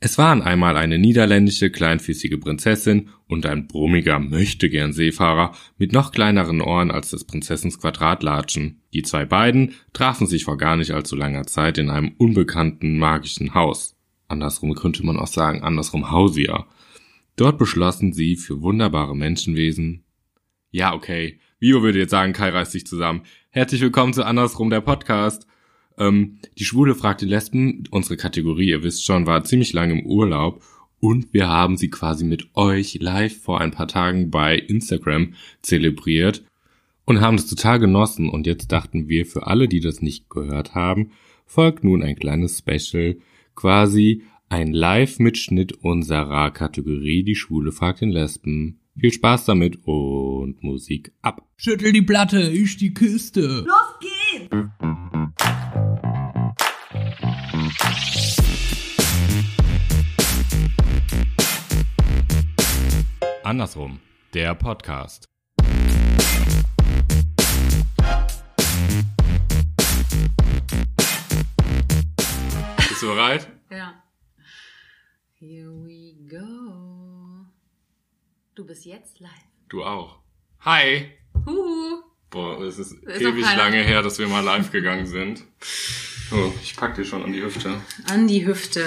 Es waren einmal eine niederländische kleinfüßige Prinzessin und ein brummiger möchtegern Seefahrer mit noch kleineren Ohren als des Prinzessens Quadratlatschen. Die zwei beiden trafen sich vor gar nicht allzu langer Zeit in einem unbekannten magischen Haus. Andersrum könnte man auch sagen, andersrum Hausier. Dort beschlossen sie für wunderbare Menschenwesen. Ja, okay. Vio würde jetzt sagen, Kai reißt sich zusammen. Herzlich willkommen zu Andersrum der Podcast. Ähm, die Schwule fragt die Lesben. Unsere Kategorie, ihr wisst schon, war ziemlich lange im Urlaub. Und wir haben sie quasi mit euch live vor ein paar Tagen bei Instagram zelebriert und haben es total genossen. Und jetzt dachten wir, für alle, die das nicht gehört haben, folgt nun ein kleines Special, quasi ein Live-Mitschnitt unserer Kategorie Die Schwule fragt den Lesben. Viel Spaß damit und Musik ab. Schüttel die Platte, ich die Kiste. Los geht's! Andersrum, der Podcast. Bist du bereit? Ja. Here we go. Du bist jetzt live. Du auch. Hi! Huhu. Boah, es ist, Ist noch ewig keiner. lange her, dass wir mal live gegangen sind. So, ich pack dir schon an die Hüfte. An die Hüfte,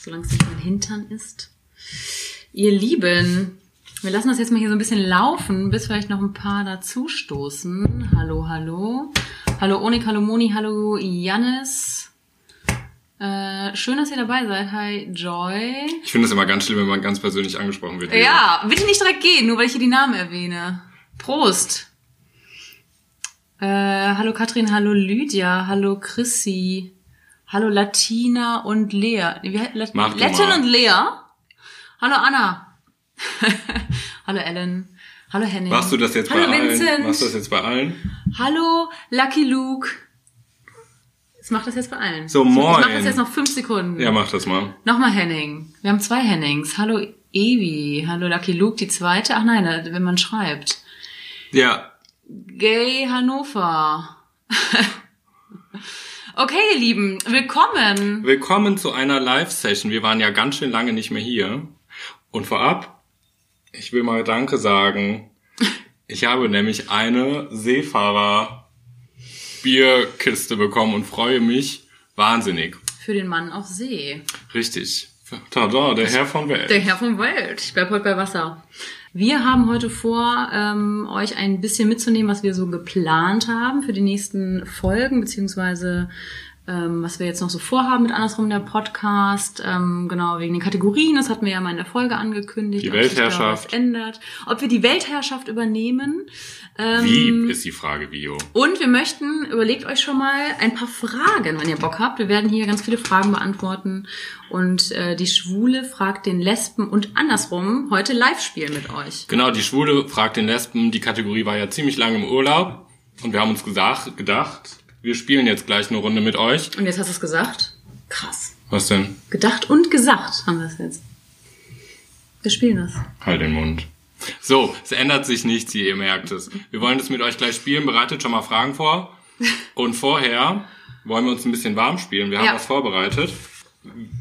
solange es nicht mein Hintern ist. Ihr Lieben, wir lassen das jetzt mal hier so ein bisschen laufen, bis vielleicht noch ein paar dazu stoßen. Hallo, hallo. Hallo Onik, hallo Moni, hallo Jannis. Äh, schön, dass ihr dabei seid. Hi Joy. Ich finde es immer ganz schlimm, wenn man ganz persönlich angesprochen wird. Ja, bitte nicht direkt gehen, nur weil ich hier die Namen erwähne. Prost. Äh, hallo Katrin, hallo Lydia, hallo Chrissy, hallo Latina und Lea. Nee, Wie, La Mach du Latin mal. und Lea. Hallo Anna. hallo Ellen. Hallo Henning. Machst du das jetzt hallo bei allen? Machst du das Vincent. jetzt bei allen? Hallo Lucky Luke. Ich mach das jetzt bei allen. So, Ich- Ich mach moin. das jetzt noch fünf Sekunden. Ja, mach das mal. Nochmal Henning. Wir haben zwei Hennings. Hallo Evi. Hallo Lucky Luke, die zweite. Ach nein, wenn man schreibt. Ja, Gay Hannover. okay, ihr Lieben. Willkommen. Willkommen zu einer Live-Session. Wir waren ja ganz schön lange nicht mehr hier. Und vorab, ich will mal Danke sagen. Ich habe nämlich eine Seefahrer-Bierkiste bekommen und freue mich wahnsinnig. Für den Mann auf See. Richtig. Tada, der Herr von Welt. Der Herr vom Wald. Ich bleib heute bei Wasser. Wir haben heute vor, ähm, euch ein bisschen mitzunehmen, was wir so geplant haben für die nächsten Folgen, beziehungsweise ähm, was wir jetzt noch so vorhaben mit andersrum der Podcast. Ähm, genau, wegen den Kategorien, das hatten wir ja mal in der Folge angekündigt. Die ob sich da Weltherrschaft. was ändert. Ob wir die Weltherrschaft übernehmen. Ähm, Wie ist die Frage, Bio? und wir möchten, überlegt euch schon mal ein paar Fragen, wenn ihr Bock habt. Wir werden hier ganz viele Fragen beantworten. Und äh, die Schwule fragt den Lesben und andersrum heute live spielen mit euch. Genau, die Schwule fragt den Lesben. Die Kategorie war ja ziemlich lange im Urlaub. Und wir haben uns gesagt, gedacht, wir spielen jetzt gleich eine Runde mit euch. Und jetzt hast du es gesagt? Krass. Was denn? Gedacht und gesagt haben wir es jetzt. Wir spielen das. Halt den Mund. So, es ändert sich nichts, wie ihr merkt es. Wir wollen das mit euch gleich spielen, bereitet schon mal Fragen vor. Und vorher wollen wir uns ein bisschen warm spielen. Wir haben Ja. was vorbereitet.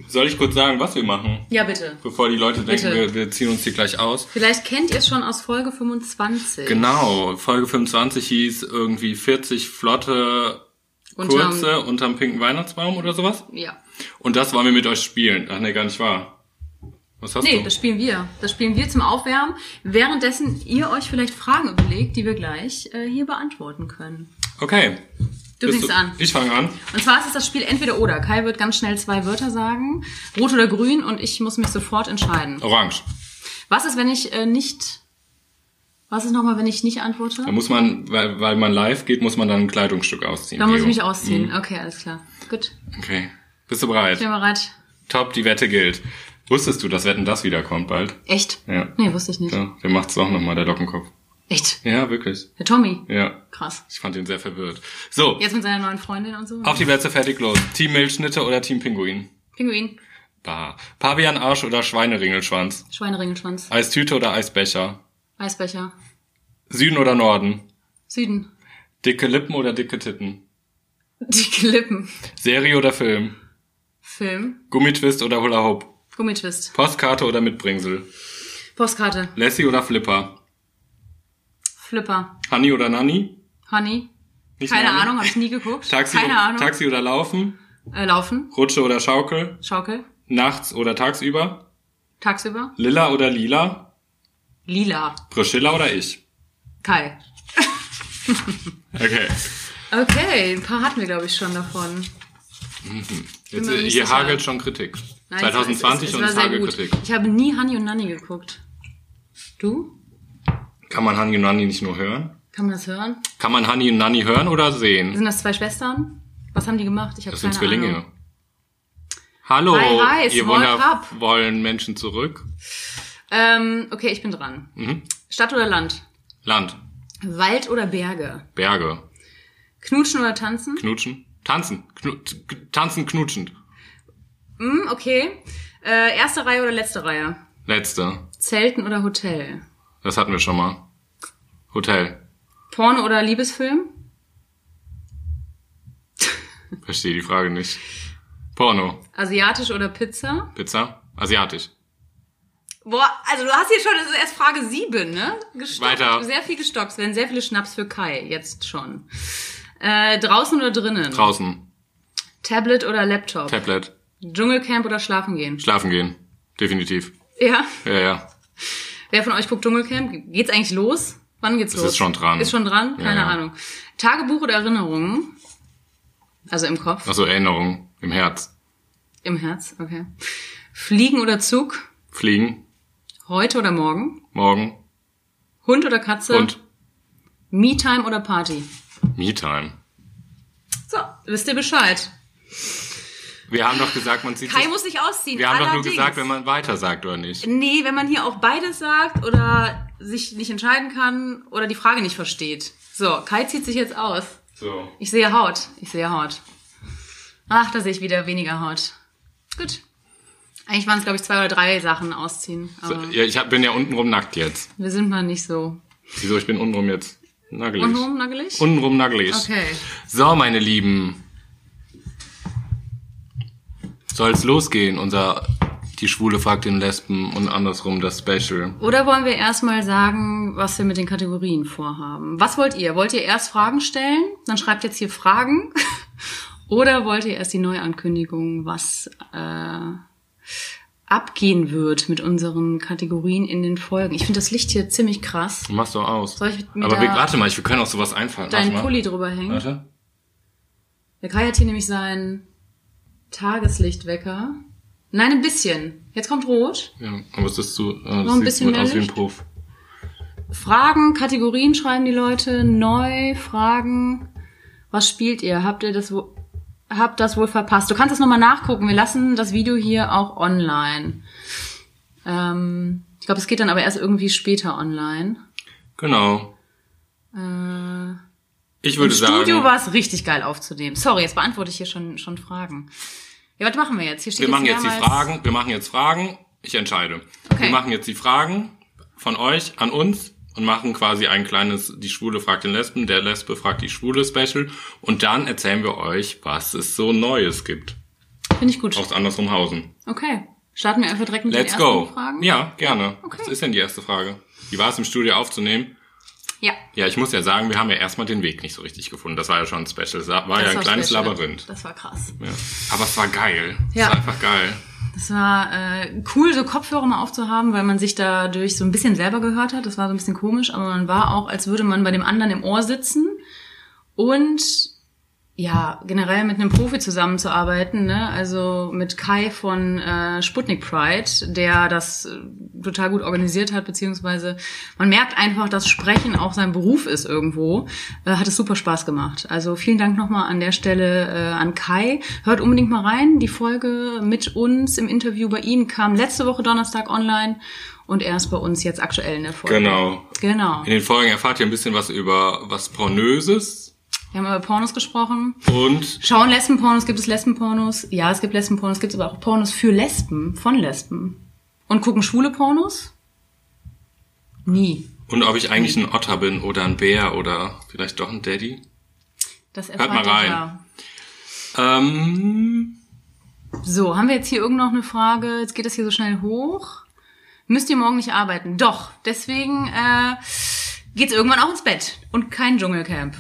Soll ich kurz sagen, was wir machen? Ja, bitte. Bevor die Leute denken, Bitte. wir, wir ziehen uns hier gleich aus. Vielleicht kennt ihr es schon aus Folge 25. Genau, Folge 25 hieß irgendwie 40 flotte Unterm- Kurze unterm pinken Weihnachtsbaum oder sowas. Ja. Und das wollen wir mit euch spielen. Ach nee, gar nicht wahr. Was hast Nee, du? das spielen wir. Das spielen wir zum Aufwärmen, währenddessen ihr euch vielleicht Fragen überlegt, die wir gleich äh, hier beantworten können. Okay. Du Bist fängst an. Ich fange an. Und zwar ist es das Spiel entweder oder. Kai wird ganz schnell zwei Wörter sagen, rot oder grün, und ich muss mich sofort entscheiden. Orange. Was ist, wenn ich äh, nicht. Was ist nochmal, wenn ich nicht antworte? Da muss man, weil, weil man live geht, muss man dann ein Kleidungsstück ausziehen. Dann muss ich Leo. mich ausziehen. Okay, alles klar. Gut, Okay. Bist du bereit? ich bin bereit. Top, die Wette gilt. Wusstest du, dass Wetten das wiederkommt bald? Echt? Ja. Nee, wusste ich nicht. ja der macht's auch nochmal, der Lockenkopf. Echt? Ja, wirklich. Der Tommy. Ja. Krass. Ich fand ihn sehr verwirrt. So, Jetzt mit seiner neuen Freundin und so. auf die Plätze fertig los. Team Milchschnitte oder Team Pinguin? Pinguin, Bah. Pavianarsch oder Schweineringelschwanz? Schweineringelschwanz, Eistüte oder Eisbecher? Eisbecher, Süden oder Norden? Süden, Dicke Lippen oder dicke Titten? die Lippen, Serie oder Film? Film, Gummitwist oder Hula Hoop? Gummitwist. Postkarte oder Mitbringsel? Postkarte. Lassie oder Flipper? Flipper. Honey oder Nanny? Honey. Nicht Keine Nanny. Ahnung, habe ich nie geguckt. Taxi, Keine Ahnung. Taxi oder Laufen? Äh, laufen. Rutsche oder Schaukel? Schaukel. Nachts oder tagsüber? Tagsüber. Lilla oder Lila? Lila. Priscilla oder ich? Kai. Okay. Okay, ein paar hatten wir, glaube ich, schon davon. Jetzt, mir äh, nicht hier sicher. hagelt schon Kritik. Nein, 2020 es- es- es und war es sehr hagelt gut. Kritik. Ich habe nie Hanni und Nanni geguckt. Du? Kann man Hani und Nanni nicht nur hören? Kann man das hören? Kann man Hani und Nanni hören oder sehen? Sind das zwei Schwestern? Was haben die gemacht? Ich habe Das sind keine Zwillinge. Ahnung. Hallo, Hi, hi, ihr small Wunder cup. wollen Menschen zurück. Ähm, okay, ich bin dran. Mhm. Stadt oder Land? Land, Wald oder Berge? Berge, Knutschen oder tanzen? knutschen, tanzen, knu t- tanzen knutschend. Hm, okay. Äh, erste Reihe oder letzte Reihe? Letzte, Zelten oder Hotel? das hatten wir schon mal. Hotel, Porno oder Liebesfilm? verstehe die Frage nicht. Porno, Asiatisch oder Pizza? Pizza, asiatisch. Boah, also du hast hier schon, das ist erst Frage 7, ne? Gestockt. Weiter. Sehr viel gestockt. Es werden sehr viele Schnaps für Kai, jetzt schon. Äh, draußen oder drinnen? Draußen, Tablet oder Laptop? Tablet, Dschungelcamp oder schlafen gehen? schlafen gehen, definitiv. Ja. Ja, ja, Wer von euch guckt Dschungelcamp? Geht's eigentlich los? Wann geht's Es los? ist schon dran. Ist schon dran? Keine ja. Ahnung. Tagebuch oder Erinnerungen? Also im Kopf, also Erinnerung im Herz. im Herz, okay. Fliegen oder Zug? Fliegen, Heute oder morgen? morgen Hund oder Katze? und Me-Time oder Party? Me-Time. So, wisst ihr Bescheid. Wir haben doch gesagt, man zieht Kai sich... muss nicht ausziehen. Wir haben doch nur allerdings. gesagt, wenn man weiter sagt oder nicht. Nee, wenn man hier auch beides sagt oder sich nicht entscheiden kann oder die Frage nicht versteht. So, Kai zieht sich jetzt aus. So. Ich sehe Haut. Ich sehe Haut. Ach, da sehe ich wieder weniger Haut. Gut. Eigentlich waren es, glaube ich, zwei oder drei Sachen ausziehen. Aber Ja, ich hab, bin ja untenrum nackt jetzt. wir sind mal nicht so. Wieso, ich bin untenrum jetzt nagelig. Und rum, nagelig? Untenrum nagelig. Okay. So, meine Lieben. Soll's losgehen, unser Die Schwule fragt den Lesben und andersrum das Special. Oder wollen wir erstmal sagen, was wir mit den Kategorien vorhaben? Was wollt ihr? Wollt ihr erst Fragen stellen? Dann schreibt jetzt hier Fragen. Oder wollt ihr erst die Neuankündigung, was äh, abgehen wird mit unseren Kategorien in den Folgen? Ich finde das Licht hier ziemlich krass. Du machst doch aus. Soll ich mir Aber da wir, warte mal, ich, wir können auch sowas einfallen. deinen Warte mal. Pulli drüber hängen? Warte. Der Kai hat hier nämlich seinen Tageslichtwecker. Nein, ein bisschen. Jetzt kommt rot. Ja, aber es ist zu... Äh, Noch ein bisschen sieht mehr aus wie ein Licht? Puff. Fragen, Kategorien schreiben die Leute, neu, Fragen. Was spielt ihr? Habt ihr das wohl, habt das wohl verpasst? Du kannst das nochmal nachgucken. Wir lassen das Video hier auch online. Ähm, ich glaube, es geht dann aber erst irgendwie später online. Genau. Äh, Ich würde Im sagen... Studio war es richtig geil aufzunehmen. Sorry, jetzt beantworte ich hier schon, schon Fragen. Ja, was machen wir jetzt? Hier steht Wir machen jetzt die mehrmals- Fragen, wir machen jetzt Fragen, ich entscheide. Okay. Wir machen jetzt die Fragen von euch an uns und machen quasi ein kleines Die Schwule fragt den Lesben, der Lesbe fragt die Schwule Special und dann erzählen wir euch, was es so Neues gibt Finde ich gut. aus Andersrumhausen. Okay. Starten wir einfach direkt mit Let's den ersten go. Fragen? Ja, gerne. Okay. Was ist denn die erste Frage? Wie war es im Studio aufzunehmen? Ja. Ah Ja, ich muss ja sagen, wir haben ja erstmal den Weg nicht so richtig gefunden. Das war ja schon ein Special. Das war ja ein war kleines special. Labyrinth. Das war krass. Ja. Aber es war geil. Ja. Es war einfach geil. Das war äh, cool, so Kopfhörer mal aufzuhaben, weil man sich dadurch so ein bisschen selber gehört hat. Das war so ein bisschen komisch, aber man war auch, als würde man bei dem anderen im Ohr sitzen. Und ja, generell mit einem Profi zusammenzuarbeiten, ne? also mit Kai von äh, Sputnik Pride, der das äh, total gut organisiert hat, beziehungsweise man merkt einfach, dass Sprechen auch sein Beruf ist irgendwo, äh, hat es super Spaß gemacht. Also vielen Dank nochmal an der Stelle äh, an Kai. Hört unbedingt mal rein, die Folge mit uns im Interview bei ihm kam letzte Woche Donnerstag online und er ist bei uns jetzt aktuell in der Folge. Genau. Genau. In den Folgen erfahrt ihr ein bisschen was über was Pornöses, Wir haben über Pornos gesprochen. Und Schauen Lesbenpornos, gibt es Lesbenpornos? Ja, es gibt Lesbenpornos, gibt es aber auch Pornos für Lesben, von Lesben. Und gucken schwule Pornos? Nie. Und ob ich eigentlich ein Otter bin oder ein Bär oder vielleicht doch ein Daddy? Das mal erfahrt ihr rein. ja. Ähm, So, haben wir jetzt hier irgend noch eine Frage? Jetzt geht das hier so schnell hoch. Müsst ihr morgen nicht arbeiten? Doch. Deswegen äh, geht's irgendwann auch ins Bett und kein Dschungelcamp.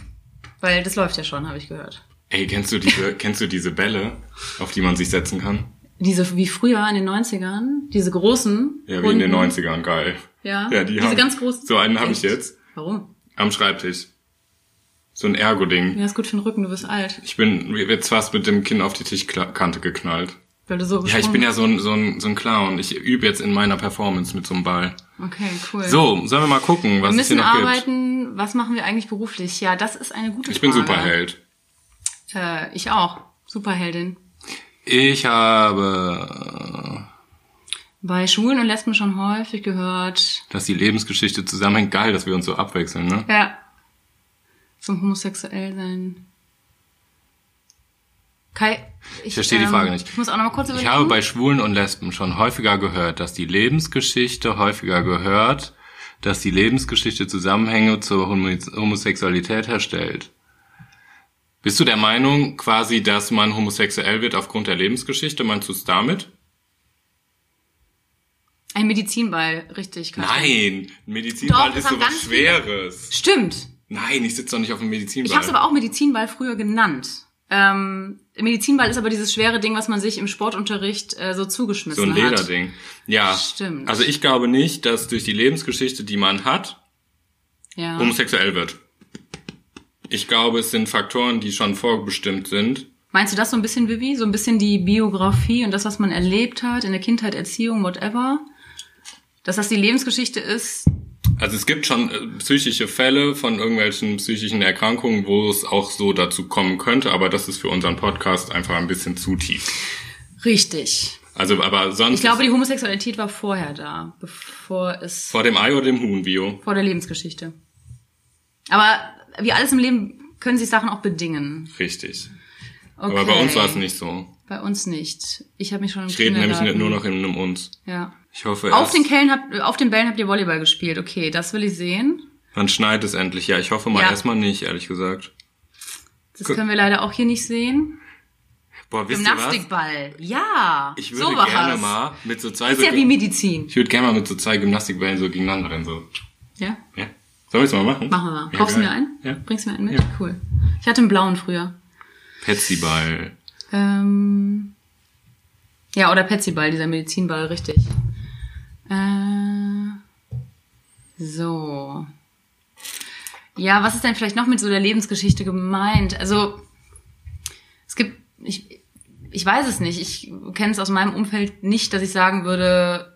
Weil das läuft ja schon, habe ich gehört. Ey, kennst du diese, kennst du diese Bälle, auf die man sich setzen kann? Diese wie früher in den 90ern, diese großen. Ja, wie in den runden- 90ern, geil. Ja, Ja, die diese haben- ganz großen. so einen hab ich Echt? jetzt. Warum? Am Schreibtisch. So ein Ergo-Ding. Ja, ist gut für den Rücken, du bist alt. Ich bin jetzt fast mit dem Kinn auf die Tischkante geknallt. Weil du so Ja, ich gesprungen bin ja bist. so ein, so ein, so ein Clown. Ich übe jetzt in meiner Performance mit so einem Ball. Okay, cool. So, sollen wir mal gucken, was wir es hier müssen noch gibt. arbeiten. Was machen wir eigentlich beruflich? Ja, das ist eine gute Frage. Ich bin Superheld. Äh, ich auch. Superheldin. Ich habe, Bei Schwulen und Lesben schon häufig gehört. dass die Lebensgeschichte zusammenhängt. Geil, dass wir uns so abwechseln, ne? Ja. Zum homosexuell sein. Kai, ich, ähm, verstehe die Frage nicht. Ich muss auch noch mal kurz Ich überlegen. habe bei Schwulen und Lesben schon häufiger gehört, dass die Lebensgeschichte häufiger gehört, dass die Lebensgeschichte Zusammenhänge zur Homo Homosexualität herstellt. Bist du der Meinung quasi, dass man homosexuell wird aufgrund der Lebensgeschichte? Meinst du es damit? Ein Medizinball, richtig. Katrin. Nein, ein Medizinball Doch, ist das haben sowas ganz viele. Schweres. Stimmt. Nein, ich sitze doch nicht auf einem Medizinball. Ich habe es aber auch Medizinball früher genannt. Ähm, Medizinball ist aber dieses schwere Ding, was man sich im Sportunterricht äh, so zugeschmissen so ein hat. Lederding. Ja. Stimmt. Also ich glaube nicht, dass durch die Lebensgeschichte, die man hat, Ja. homosexuell wird. Ich glaube, es sind Faktoren, die schon vorbestimmt sind. Meinst du das so ein bisschen, Vivi? So ein bisschen die Biografie und das, was man erlebt hat in der Kindheit, Erziehung, whatever? Dass das die Lebensgeschichte ist? Also es gibt schon äh, psychische Fälle von irgendwelchen psychischen Erkrankungen, wo es auch so dazu kommen könnte, aber das ist für unseren Podcast einfach ein bisschen zu tief. Richtig. Also aber sonst Ich glaube, die Homosexualität war vorher da, bevor es vor, vor dem Ei oder dem Huhn Bio. der Lebensgeschichte. Aber wie alles im Leben können sich Sachen auch bedingen. Richtig. Okay. Aber bei uns war es nicht so. Bei uns nicht. Ich habe mich schon im Ich rede nämlich Kindergarten- nur noch in einem uns. ja. Ich hoffe, Auf den, erst, Kellen habt, auf den Bällen habt ihr Volleyball gespielt. Okay, das will ich sehen. wann schneit es endlich? Ja, ich hoffe mal Ja. erstmal nicht, ehrlich gesagt. Das Gut. können wir leider auch hier nicht sehen. Boah, wisst ihr was? Gymnastikball. Ja. Ich würde so war's. gerne mal Also mit so zwei Ist so ja wie Medizin. Ich würde gerne mal mit so zwei Gymnastikbällen so gegeneinander rennen. So. Ja, Ja. Sollen wir es mal machen? machen wir mal. Ja, Kaufst du geil. mir einen? Ja. Bringst du mir einen mit? Ja. Cool. Ich hatte einen blauen früher. Petsyball. Ähm, ja, oder Petsyball, dieser Medizinball, richtig. Äh, so. Ja, was ist denn vielleicht noch mit so der Lebensgeschichte gemeint? Also, es gibt, ich, ich weiß es nicht. Ich kenne es aus meinem Umfeld nicht, dass ich sagen würde,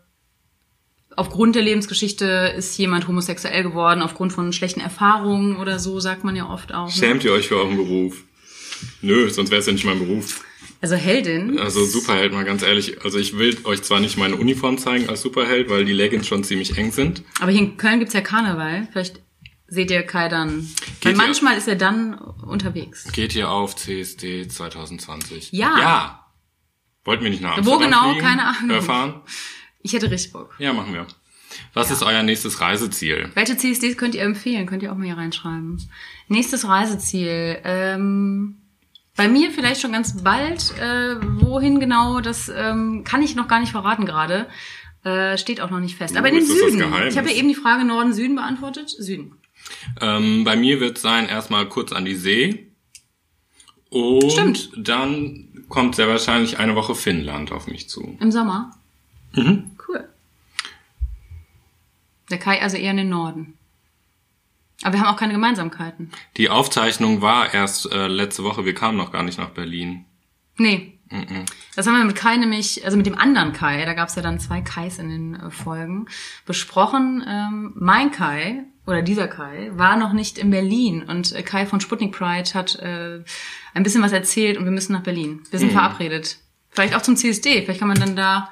aufgrund der Lebensgeschichte ist jemand homosexuell geworden, aufgrund von schlechten Erfahrungen oder so, sagt man ja oft auch. ne? Schämt ihr euch für euren Beruf? Nö, sonst wäre es ja nicht mein Beruf. Also Heldin. Also Superheld, mal ganz ehrlich. Also ich will euch zwar nicht meine Uniform zeigen als Superheld, weil die Leggings schon ziemlich eng sind. Aber hier in Köln gibt's ja Karneval. Vielleicht seht ihr Kai dann. Weil ihr- manchmal ist er dann unterwegs. Geht hier auf CSD 2020. Ja. Ja. Wollten wir nicht nach Wo Amsterdam genau? fliegen? Keine Ahnung. Äh, fahren? Ich hätte richtig Bock. Ja, machen wir. Was ist euer nächstes Reiseziel? Welche CSDs könnt ihr empfehlen? Könnt ihr auch mal hier reinschreiben. Nächstes Reiseziel. Ähm, bei mir vielleicht schon ganz bald. Äh, wohin genau, das ähm, kann ich noch gar nicht verraten gerade. Äh, steht auch noch nicht fest. Uh, Aber in den ist das das Süden. Geheimnis? Ich habe ja eben die Frage Norden-Süden beantwortet. Süden. Ähm, bei mir wird es sein, erstmal kurz an die See. Und Stimmt. dann kommt sehr wahrscheinlich eine Woche Finnland auf mich zu. Im Sommer. Cool. Der Kai also eher in den Norden. Aber wir haben auch keine Gemeinsamkeiten. Die Aufzeichnung war erst äh, letzte Woche, wir kamen noch gar nicht nach Berlin. Nee. Das haben wir mit Kai nämlich, also mit dem anderen Kai, da gab es ja dann zwei Kais in den äh, Folgen, besprochen. Ähm, mein Kai oder dieser Kai war noch nicht in Berlin und äh, Kai von Sputnik Pride hat äh, ein bisschen was erzählt und wir müssen nach Berlin. Wir sind verabredet. Vielleicht auch zum CSD. Vielleicht kann man dann da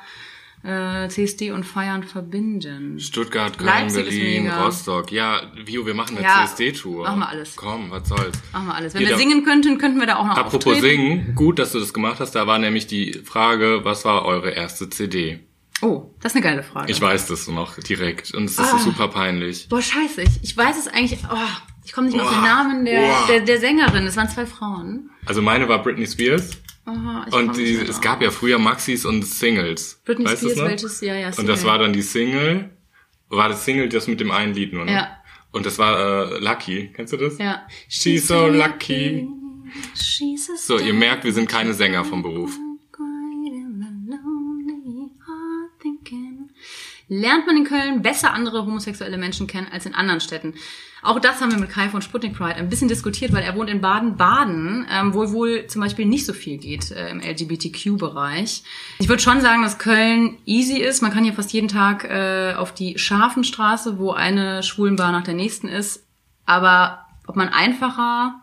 äh, CSD und Feiern verbinden. Stuttgart, Köln, Leipzig ist Berlin, mega. Rostock. Ja, Vio, wir machen eine Ja, CSD-Tour. machen wir alles. Komm, was soll's. Machen wir alles. Wenn Jeder- wir singen könnten, könnten wir da auch noch Apropos auftreten. singen, gut, dass du das gemacht hast. Da war nämlich die Frage, was war eure erste CD? Oh, das ist eine geile Frage. Ich weiß das noch direkt und es ist Ah. super peinlich. Boah, scheiße. Ich, ich weiß es eigentlich. Oh, ich komme nicht mehr auf den Boah. Namen der, Boah. der, der Sängerin. Es waren zwei Frauen. Also meine war Britney Spears Aha, ich Und freu die, mich halt es auch. gab ja früher Maxis und Singles. Britney Weißt du's Spears, noch? welches, ja, ja, Und das Single. war dann die Single. War das Single das mit dem einen Lied nur, ne? Ja. Und das war äh, Lucky. Kennst du das? Ja. She's so lucky. She's a So, ihr merkt, wir sind keine Sänger vom Beruf. Lernt man in Köln besser andere homosexuelle Menschen kennen als in anderen Städten? Auch das haben wir mit Kai von Sputnik Pride ein bisschen diskutiert, weil er wohnt in Baden-Baden, ähm, wo wohl zum Beispiel nicht so viel geht äh, im LGBTQ-Bereich. Ich würde schon sagen, dass Köln easy ist. Man kann hier fast jeden Tag äh, auf die Scharfenstraße, wo eine Schwulenbar nach der nächsten ist. Aber ob man einfacher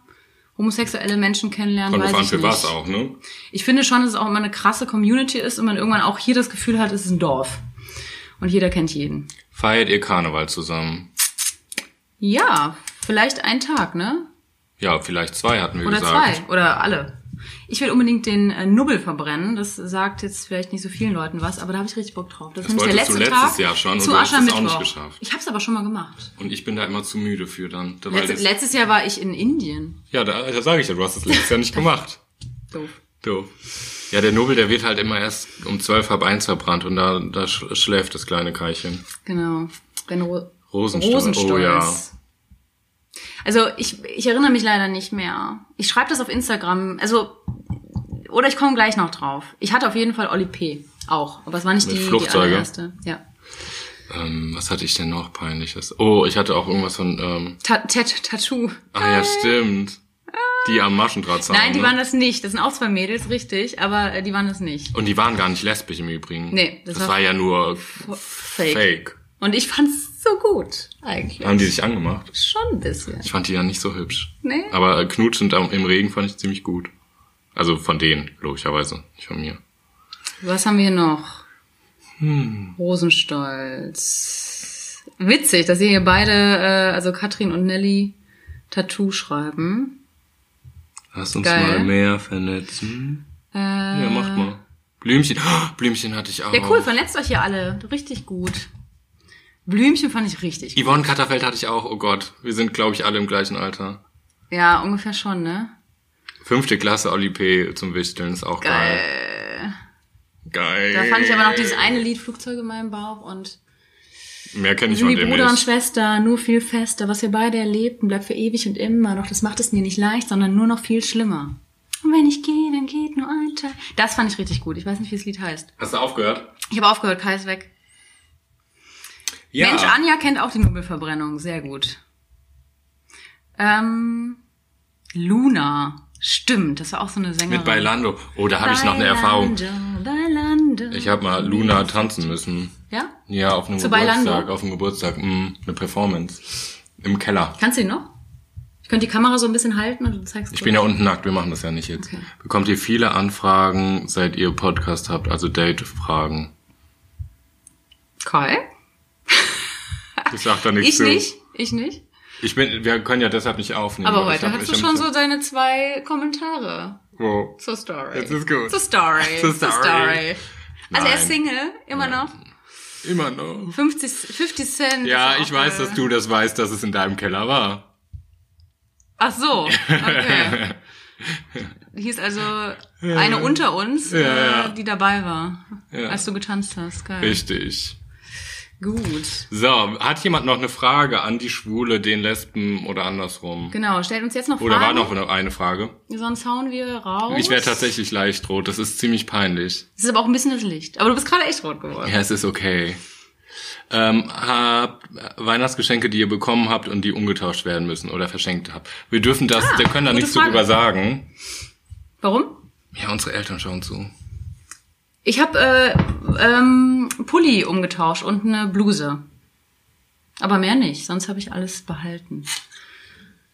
homosexuelle Menschen kennenlernt, Kommt weiß drauf an, ich für nicht. was auch, ne? Ich finde schon, dass es auch immer eine krasse Community ist und man irgendwann auch hier das Gefühl hat, es ist ein Dorf. Und jeder kennt jeden. Feiert ihr Karneval zusammen? Ja, vielleicht ein Tag, ne? Ja, vielleicht zwei hatten wir Oder gesagt. zwei. Oder alle. Ich will unbedingt den äh, Nubbel verbrennen. Das sagt jetzt vielleicht nicht so vielen Leuten was, aber da habe ich richtig Bock drauf. Das, ist nämlich der wolltest letzte du letztes Tag Jahr schon und zu du hast es auch Aschermittwoch. nicht geschafft. Ich habe es aber schon mal gemacht. Und ich bin da immer zu müde für dann. Da war Letz, das- letztes Jahr war ich in Indien. ja, da, da sage ich ja, du hast es letztes Jahr nicht gemacht. Doof. Doof. Ja, der Nobel, der wird halt immer erst um zwölf halb eins verbrannt und da, da sch schläft das kleine Keilchen. Genau. Wenn Ro Rosenstolz. Oh ja. Also ich, ich erinnere mich leider nicht mehr. Ich schreibe das auf Instagram. Also, oder ich komme gleich noch drauf. Ich hatte auf jeden Fall Oli P. auch. Aber es war nicht Mit die, die Flugzeuge? allererste. Ja. Ähm, was hatte ich denn noch peinliches? Oh, ich hatte auch irgendwas von, ähm, Ta Tat Tattoo. ah ja, stimmt. Die am Maschendraht Ah. Nein, die ne? waren das nicht. Das sind auch zwei Mädels, richtig. Aber äh, die waren das nicht. Und die waren gar nicht lesbisch im Übrigen. Nee, das das, war- war ja nur Fake. fake. Und ich fand's so gut. Eigentlich. Haben die sich angemacht? Schon ein bisschen. Ich fand die ja nicht so hübsch. Nee. Aber äh, knutschend am, im Regen fand ich ziemlich gut. Also von denen, logischerweise, nicht von mir. Was haben wir hier noch? Rosenstolz. Witzig, dass ihr hier beide, äh, also Katrin und Nelly, Tattoo schreiben. Lass uns Geil. mal mehr vernetzen. Äh, Ja, macht mal. Blümchen. Oh, Blümchen hatte ich auch. Ja, cool, vernetzt euch hier alle. Richtig gut. Blümchen fand ich richtig gut. Yvonne Katterfeld hatte ich auch. Oh Gott, wir sind, glaube ich, alle im gleichen Alter. Ja, ungefähr schon, ne? Fünfte Klasse, Oli P. zum Wichteln ist auch geil. Geil. Da fand ich aber noch dieses eine Lied, Flugzeug in meinem Bauch und Mehr kenne ich sind von wie dem Bruder und nicht. Schwester, nur viel fester. Was wir beide erlebten, bleibt für ewig und immer. Doch das macht es mir nicht leicht, sondern nur noch viel schlimmer. Und wenn ich gehe, dann geht nur ein Tag. Das fand ich richtig gut. Ich weiß nicht, wie das Lied heißt. Hast du aufgehört? Ich habe aufgehört, Kai ist weg. Mensch, Anja kennt auch die Nobelverbrennung. Sehr gut. Ähm, Luna. Stimmt, das war auch so eine Sängerin. Mit Bailando. Oh, da habe ich noch eine Erfahrung. Bailando, Bailando. Ich habe mal Luna tanzen müssen. Ja? Ja, auf einem Zu Geburtstag. Bailando? Auf einem Geburtstag. Mm, eine Performance. Im Keller. Kannst du ihn noch? Ich könnte die Kamera so ein bisschen halten und du zeigst Ich bin ja unten nackt, wir machen das ja nicht jetzt. Okay. Bekommt ihr viele Anfragen, seit ihr Podcast habt, also Date-Fragen? Kai? Ich sag da nichts Ich zu. nicht. Ich nicht. Ich bin, wir können ja deshalb nicht aufnehmen. Aber weil heute ich hab- hast du ich schon hab- so deine zwei Kommentare Oh. zur Story. Jetzt ist gut. Zur Story. Zur Zur Story. Story. Also er Nein. ist Single, immer noch. Immer noch. 50, 50 Cent. Ja, ist auch, ich weiß, äh, dass du das weißt, dass es in deinem Keller war. Ach so, okay. Hier ist also eine unter uns, ja. äh, die dabei war, Ja. als du getanzt hast. Geil. Richtig. Gut. So, hat jemand noch eine Frage an die Schwule, den Lesben oder andersrum? Genau, stellt uns jetzt noch Oder Oh, war Fragen, noch eine- eine Frage? sonst hauen wir raus. Ich werde tatsächlich leicht rot, das ist ziemlich peinlich. Es ist aber auch ein bisschen das Licht. Aber du bist gerade echt rot geworden. Ja, es ist okay. Ähm, habt Weihnachtsgeschenke, die ihr bekommen habt und die umgetauscht werden müssen oder verschenkt habt. Wir dürfen das, wir können da Ah, gute nichts Frage. drüber sagen. Warum? Ja, unsere Eltern schauen zu. Ich habe äh, ähm, Pulli umgetauscht und eine Bluse. Aber mehr nicht, sonst habe ich alles behalten.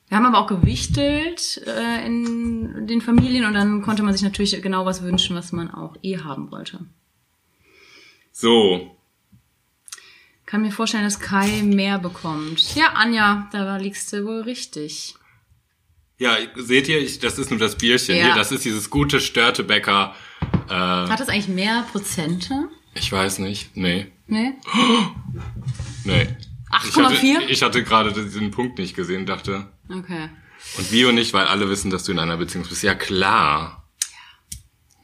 Wir haben aber auch gewichtelt äh, in den Familien und dann konnte man sich natürlich genau was wünschen, was man auch eh haben wollte. So, Kann mir vorstellen, dass Kai mehr bekommt. Ja, Anja, da liegst du wohl richtig. Ja, seht ihr, ich, das ist nur das Bierchen. Ja. Hier, das ist dieses gute Störtebäcker. Äh, Hat das eigentlich mehr Prozente? ich weiß nicht. Nee. Nee? Nee. Ich hatte, 8,4? ich hatte gerade diesen Punkt nicht gesehen, dachte. Okay. Und Bio nicht, weil alle wissen, dass du in einer Beziehung bist. Ja, klar.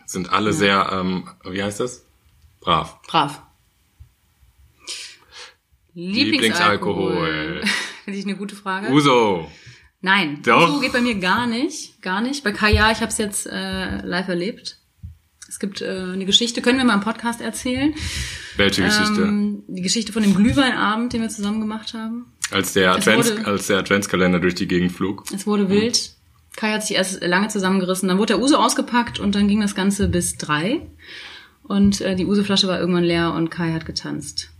Sind alle sehr, ähm, wie heißt das? Brav. Brav. Lieblingsalkohol. Lieblingsalkohol. Finde ich eine gute Frage. Uso. Nein, Doch. Uso geht bei mir gar nicht, gar nicht. Bei Kaya, ich habe es jetzt äh, live erlebt. Es gibt äh, eine Geschichte, können wir mal im Podcast erzählen. Welche Geschichte? Ähm, die Geschichte von dem Glühweinabend, den wir zusammen gemacht haben. als, der es Advents, wurde- als der Adventskalender durch die Gegend flog. Es wurde wild. Kai hat sich erst lange zusammengerissen. Dann wurde der Uso ausgepackt und dann ging das Ganze bis drei. Und äh, die Uso-Flasche war irgendwann leer und Kai hat getanzt.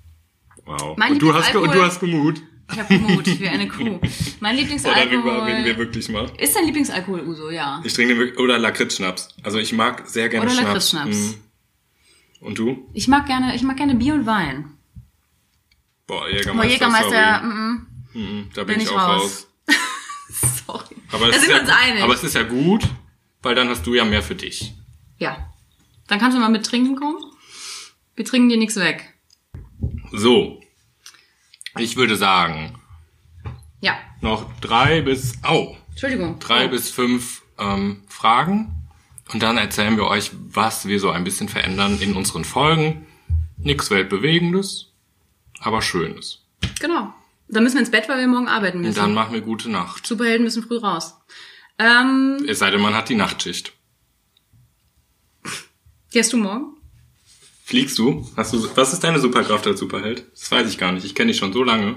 Wow. Mein und, du hast, ge- und du Lieblingsalkohol- hast Gemut. Ich habe Mut wie eine Kuh. Mein Oder darüber reden wir Lieblingsalkohol. wirklich mal. Ist dein Lieblingsalkohol Uso, ja. Ich trinke den wirklich- oder Lakritzschnaps. Also ich mag sehr gerne Oder Schnaps. Lakritzschnaps. Mhm. Und du? Ich mag gerne, ich mag gerne Bier und Wein. Boah, Aber Jägermeister. Jägermeister, sorry. mm, Mhm, da bin, bin ich ich auch raus. raus. sorry. Aber es da ist sind wir ja, uns einig. aber es ist ja gut, weil dann hast du ja mehr für dich. ja. Dann kannst du mal mit trinken kommen. Wir trinken dir nichts weg. So. Ich würde sagen, Ja. noch drei bis, au, Entschuldigung. drei Oh. bis fünf ähm, Fragen. Und dann erzählen wir euch, was wir so ein bisschen verändern in unseren Folgen. Nix Weltbewegendes, aber Schönes. Genau. Dann müssen wir ins Bett, weil wir morgen arbeiten Und müssen. dann machen wir gute Nacht. Superhelden müssen früh raus. Ähm, Es sei denn, man hat die Nachtschicht. die hast du morgen? Fliegst du? Hast du? Was ist deine Superkraft als Superheld? Das weiß ich gar nicht. Ich kenne dich schon so lange.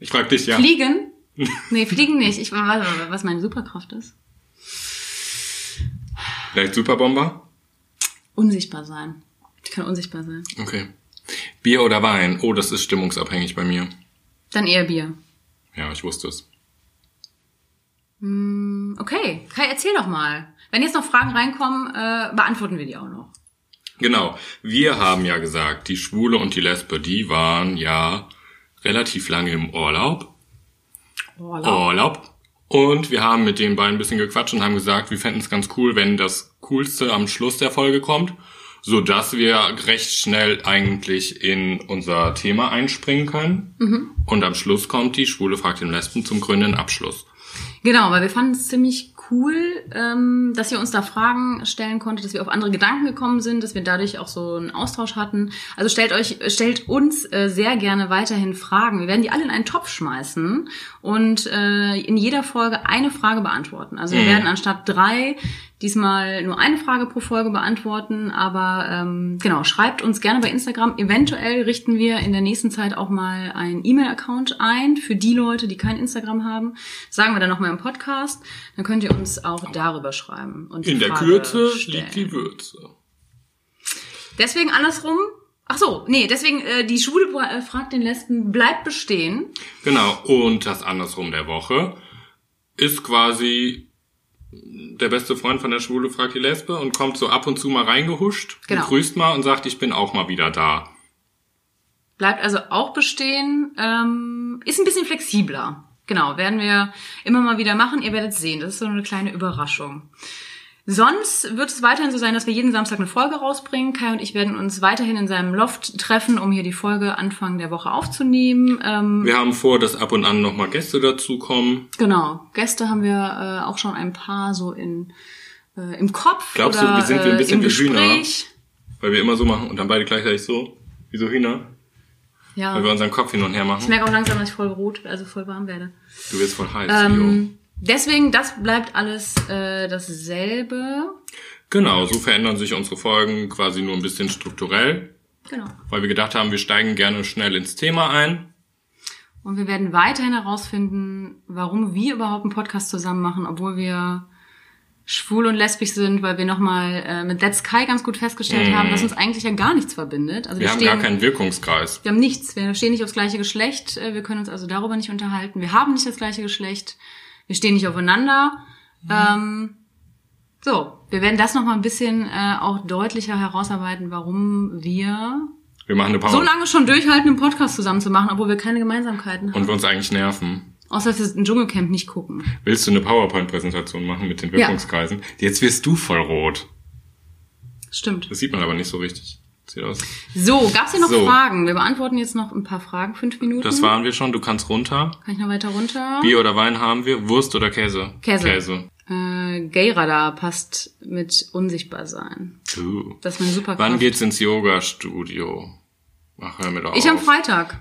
Ich frag dich ja. Fliegen? Nee, fliegen nicht. Ich weiß aber, was meine Superkraft ist. Vielleicht Superbomber? Unsichtbar sein. Ich kann unsichtbar sein. Okay. Bier oder Wein? Oh, das ist stimmungsabhängig bei mir. Dann eher Bier. Ja, ich wusste es. Hm, Okay, Kai, erzähl doch mal. Wenn jetzt noch Fragen reinkommen, äh, beantworten wir die auch noch. Genau. Wir haben ja gesagt, die Schwule und die Lesbe, die waren ja relativ lange im Urlaub. Oh, lau. Urlaub. Und wir haben mit den beiden ein bisschen gequatscht und haben gesagt, wir fänden es ganz cool, wenn das Coolste am Schluss der Folge kommt, sodass wir recht schnell eigentlich in unser Thema einspringen können. Mhm. Und am Schluss kommt die Schwule fragt den Lesben zum grünen Abschluss. Genau, weil wir fanden es ziemlich cool, ähm, dass ihr uns da Fragen stellen konntet, dass wir auf andere Gedanken gekommen sind, dass wir dadurch auch so einen Austausch hatten. Also stellt euch, stellt uns äh, sehr gerne weiterhin Fragen. Wir werden die alle in einen Topf schmeißen und äh, in jeder Folge eine Frage beantworten. Also wir Mhm. werden anstatt drei diesmal nur eine Frage pro Folge beantworten. Aber ähm, genau, schreibt uns gerne bei Instagram. Eventuell richten wir in der nächsten Zeit auch mal einen E-Mail-Account ein für die Leute, die kein Instagram haben. Sagen wir dann nochmal im Podcast. Dann könnt ihr uns auch darüber schreiben. Und die In der Frage Kürze stellen. liegt die Würze. Deswegen andersrum. Ach so, nee, deswegen äh, die Schwule bra- äh, fragt den Lesben, bleibt bestehen. Genau, und das Andersrum der Woche ist quasi der beste Freund von der Schwule fragt die Lesbe und kommt so ab und zu mal reingehuscht Genau. und grüßt mal und sagt, ich bin auch mal wieder da. Bleibt also auch bestehen. Ähm, ist ein bisschen flexibler. Genau, werden wir immer mal wieder machen. Ihr werdet sehen. Das ist so eine kleine Überraschung. Sonst wird es weiterhin so sein, dass wir jeden Samstag eine Folge rausbringen. Kai und ich werden uns weiterhin in seinem Loft treffen, um hier die Folge Anfang der Woche aufzunehmen. Ähm, Wir haben vor, dass ab und an nochmal Gäste dazukommen. Genau, Gäste haben wir äh, auch schon ein paar so in, äh, im Kopf. Glaubst du, oder, wir sind wir ein äh, bisschen im wie Hühner? Gespräch. Weil wir immer so machen und dann beide gleichzeitig so, wie so Hühner, Ja. weil wir unseren Kopf hin und her Ich machen. merke auch langsam, dass ich voll rot, also voll warm werde. Du wirst voll heiß. Ähm, deswegen, das bleibt alles äh, dasselbe. jo. Genau, so verändern sich unsere Folgen quasi nur ein bisschen strukturell, Genau. weil wir gedacht haben, wir steigen gerne schnell ins Thema ein. Und wir werden weiterhin herausfinden, warum wir überhaupt einen Podcast zusammen machen, obwohl wir schwul und lesbisch sind, weil wir nochmal äh, mit Let's Kai ganz gut festgestellt Mhm. haben, dass uns eigentlich ja gar nichts verbindet. Also wir, Wir haben stehen, gar keinen Wirkungskreis. wir haben nichts. Wir stehen nicht aufs gleiche Geschlecht. äh, Wir können uns also darüber nicht unterhalten. Wir haben nicht das gleiche Geschlecht. Wir stehen nicht aufeinander. Mhm. Ähm, so, wir werden das nochmal ein bisschen äh, auch deutlicher herausarbeiten, warum wir Wir machen eine Pause. so lange schon durchhalten, einen Podcast zusammen zu machen, obwohl wir keine Gemeinsamkeiten haben. und wir uns eigentlich nerven. Außer, dass wir ein Dschungelcamp nicht gucken. Willst du eine PowerPoint-Präsentation machen mit den Wirkungskreisen? Jetzt wirst du voll rot. Stimmt. Das sieht man aber nicht so richtig. Sieht aus. So, gab's hier noch So. Fragen? Wir beantworten jetzt noch ein paar Fragen. Fünf Minuten. Das waren wir schon. Du kannst runter. Kann ich noch weiter runter? Bier oder Wein haben wir. Wurst oder Käse? Käse. Käse. Äh, Gayradar passt mit unsichtbar sein. Uh. Das ist meine Superkraft. Wann geht's ins Yoga-Studio? Ach, hör mir doch Ich am auf. Freitag.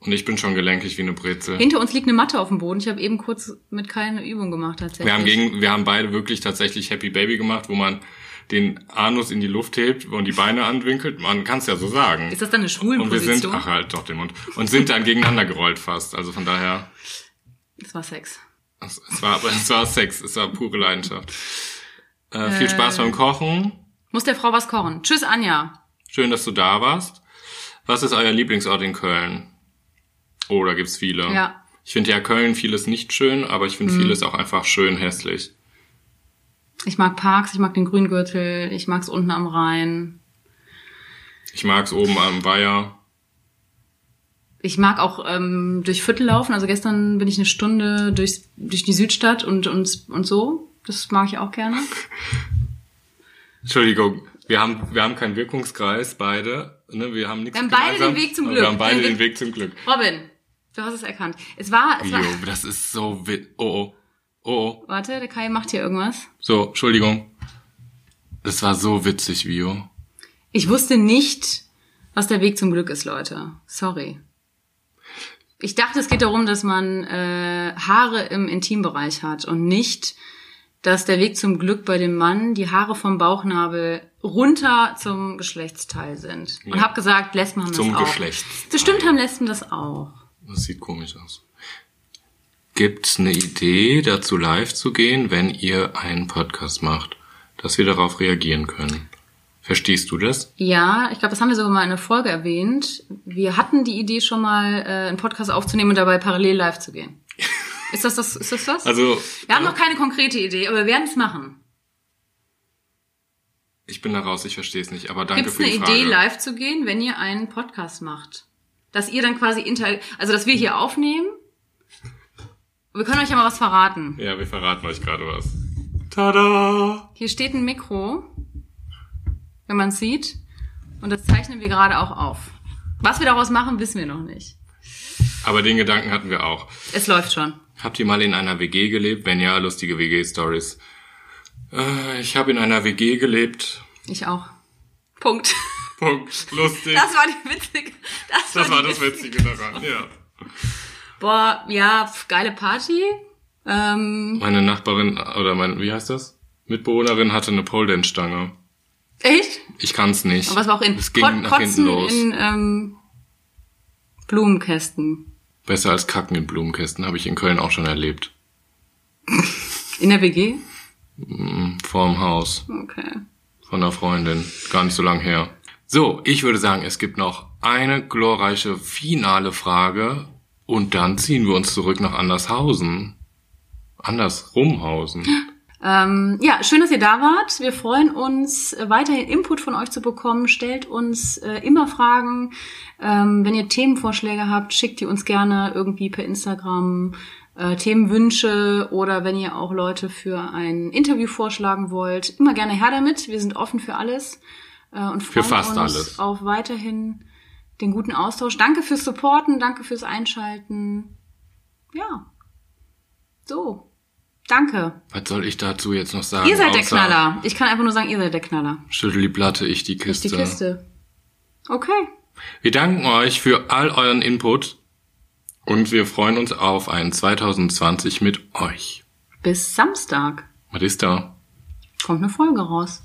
Und ich bin schon gelenkig wie eine Brezel. Hinter uns liegt eine Matte auf dem Boden. Ich habe eben kurz mit keine Übung gemacht tatsächlich. Wir haben, gegen, wir haben beide wirklich tatsächlich Happy Baby gemacht, wo man den Anus in die Luft hebt und die Beine anwinkelt. Man kann's ja so sagen. Ist das dann eine Und wir sind, Schwulenposition? ach halt doch den Mund. Und sind dann gegeneinander gerollt fast. Also von daher, Das war Sex. es, es, war, es war Sex, es war pure Leidenschaft. Äh, viel Spaß beim Kochen. Muss der Frau was kochen. Tschüss, Anja. Schön, dass du da warst. Was ist euer Lieblingsort in Köln? Oh, da gibt's viele. Ja. Mhm. Ich finde ja Köln vieles nicht schön, aber ich finde vieles auch einfach schön hässlich. Ich mag Parks, ich mag den Grüngürtel, ich mag's unten am Rhein. Ich mag's oben am Weiher. Ich mag auch ähm, durch Viertel laufen. Also gestern bin ich eine Stunde durch, durch die Südstadt und, und, und so. Das mag ich auch gerne. Entschuldigung, wir haben, wir haben keinen Wirkungskreis, beide. Ne, wir haben nichts Wir haben beide gemeinsam, den Weg zum aber Glück. Wir haben beide Den den Weg- Weg zum Glück. Robin, du hast es erkannt. Es war, es Jo, war das ist so wit. Oh, oh. Oh, oh. Warte, der Kai macht hier irgendwas. So, Entschuldigung. Das war so witzig, Vio. Ich wusste nicht, was der Weg zum Glück ist, Leute. Sorry. Ich dachte, es geht darum, dass man äh, Haare im Intimbereich hat und nicht, dass der Weg zum Glück bei dem Mann die Haare vom Bauchnabel runter zum Geschlechtsteil sind. Und Ja. hab gesagt, Lesben haben Zum das auch. Geschlechtsteil. Bestimmt haben Lesben das auch. Das sieht komisch aus. Gibt's eine Idee, dazu live zu gehen, wenn ihr einen Podcast macht, dass wir darauf reagieren können? Verstehst du das? Ja, ich glaube, das haben wir sogar mal in einer Folge erwähnt. Wir hatten die Idee schon mal, äh, einen Podcast aufzunehmen und dabei parallel live zu gehen. Ist das das? Ist das das? Also, Wir haben noch keine konkrete Idee, aber wir werden es machen. ich bin da raus, ich verstehe es nicht, aber danke Gibt es für eine die Frage. Idee, live zu gehen, wenn ihr einen Podcast macht? Dass ihr dann quasi inter, also dass wir hier aufnehmen. Wir können euch ja mal was verraten. Ja, wir verraten euch gerade was. Tada! Hier steht ein Mikro, wenn man sieht, und das zeichnen wir gerade auch auf. Was wir daraus machen, wissen wir noch nicht. Aber den Gedanken hatten wir auch. Es läuft schon. Habt ihr mal in einer WG gelebt? Wenn ja, lustige WG-Stories. Äh, ich habe in einer WG gelebt. Ich auch. Punkt. Punkt. Lustig. Das war die witzige. Das, Das war die das witzige- Witzige daran, ja. Boah, ja, pf, geile Party. Ähm, Meine Nachbarin, oder mein, wie heißt das? Mitbewohnerin hatte eine Pole Dance Stange. echt? Ich kann's nicht. Aber was war auch in Es ging Kot- nach hinten Kotzen los. in ähm, Blumenkästen. Besser als Kacken in Blumenkästen habe ich in Köln auch schon erlebt. In der WG? Vorm Haus Okay. von einer Freundin. Gar nicht so lang her. So, ich würde sagen, es gibt noch eine glorreiche finale Frage und dann ziehen wir uns zurück nach Andershausen. Andersrumhausen. Ähm, ja, schön, dass ihr da wart. Wir freuen uns, äh, weiterhin Input von euch zu bekommen. Stellt uns äh, immer Fragen. Ähm, wenn ihr Themenvorschläge habt, schickt die uns gerne irgendwie per Instagram. Äh, Themenwünsche oder wenn ihr auch Leute für ein Interview vorschlagen wollt, immer gerne her damit. Wir sind offen für alles äh, und freuen fast uns alles. auf weiterhin den guten Austausch. Danke fürs Supporten, danke fürs Einschalten. Ja. So. Danke. Was soll ich dazu jetzt noch sagen? Ihr seid der außer Knaller. Ich kann einfach nur sagen, ihr seid der Knaller. Schüttel die Platte, ich die Ist die Kiste. Kiste. Okay. Wir danken euch für all euren Input und wir freuen uns auf ein 2020 mit euch. Bis Samstag Was ist da? kommt eine Folge raus.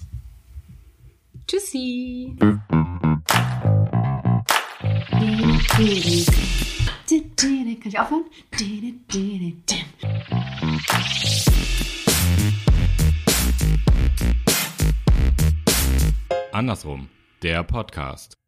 Tschüssi. Kann ich aufhören? Andersrum, der Podcast.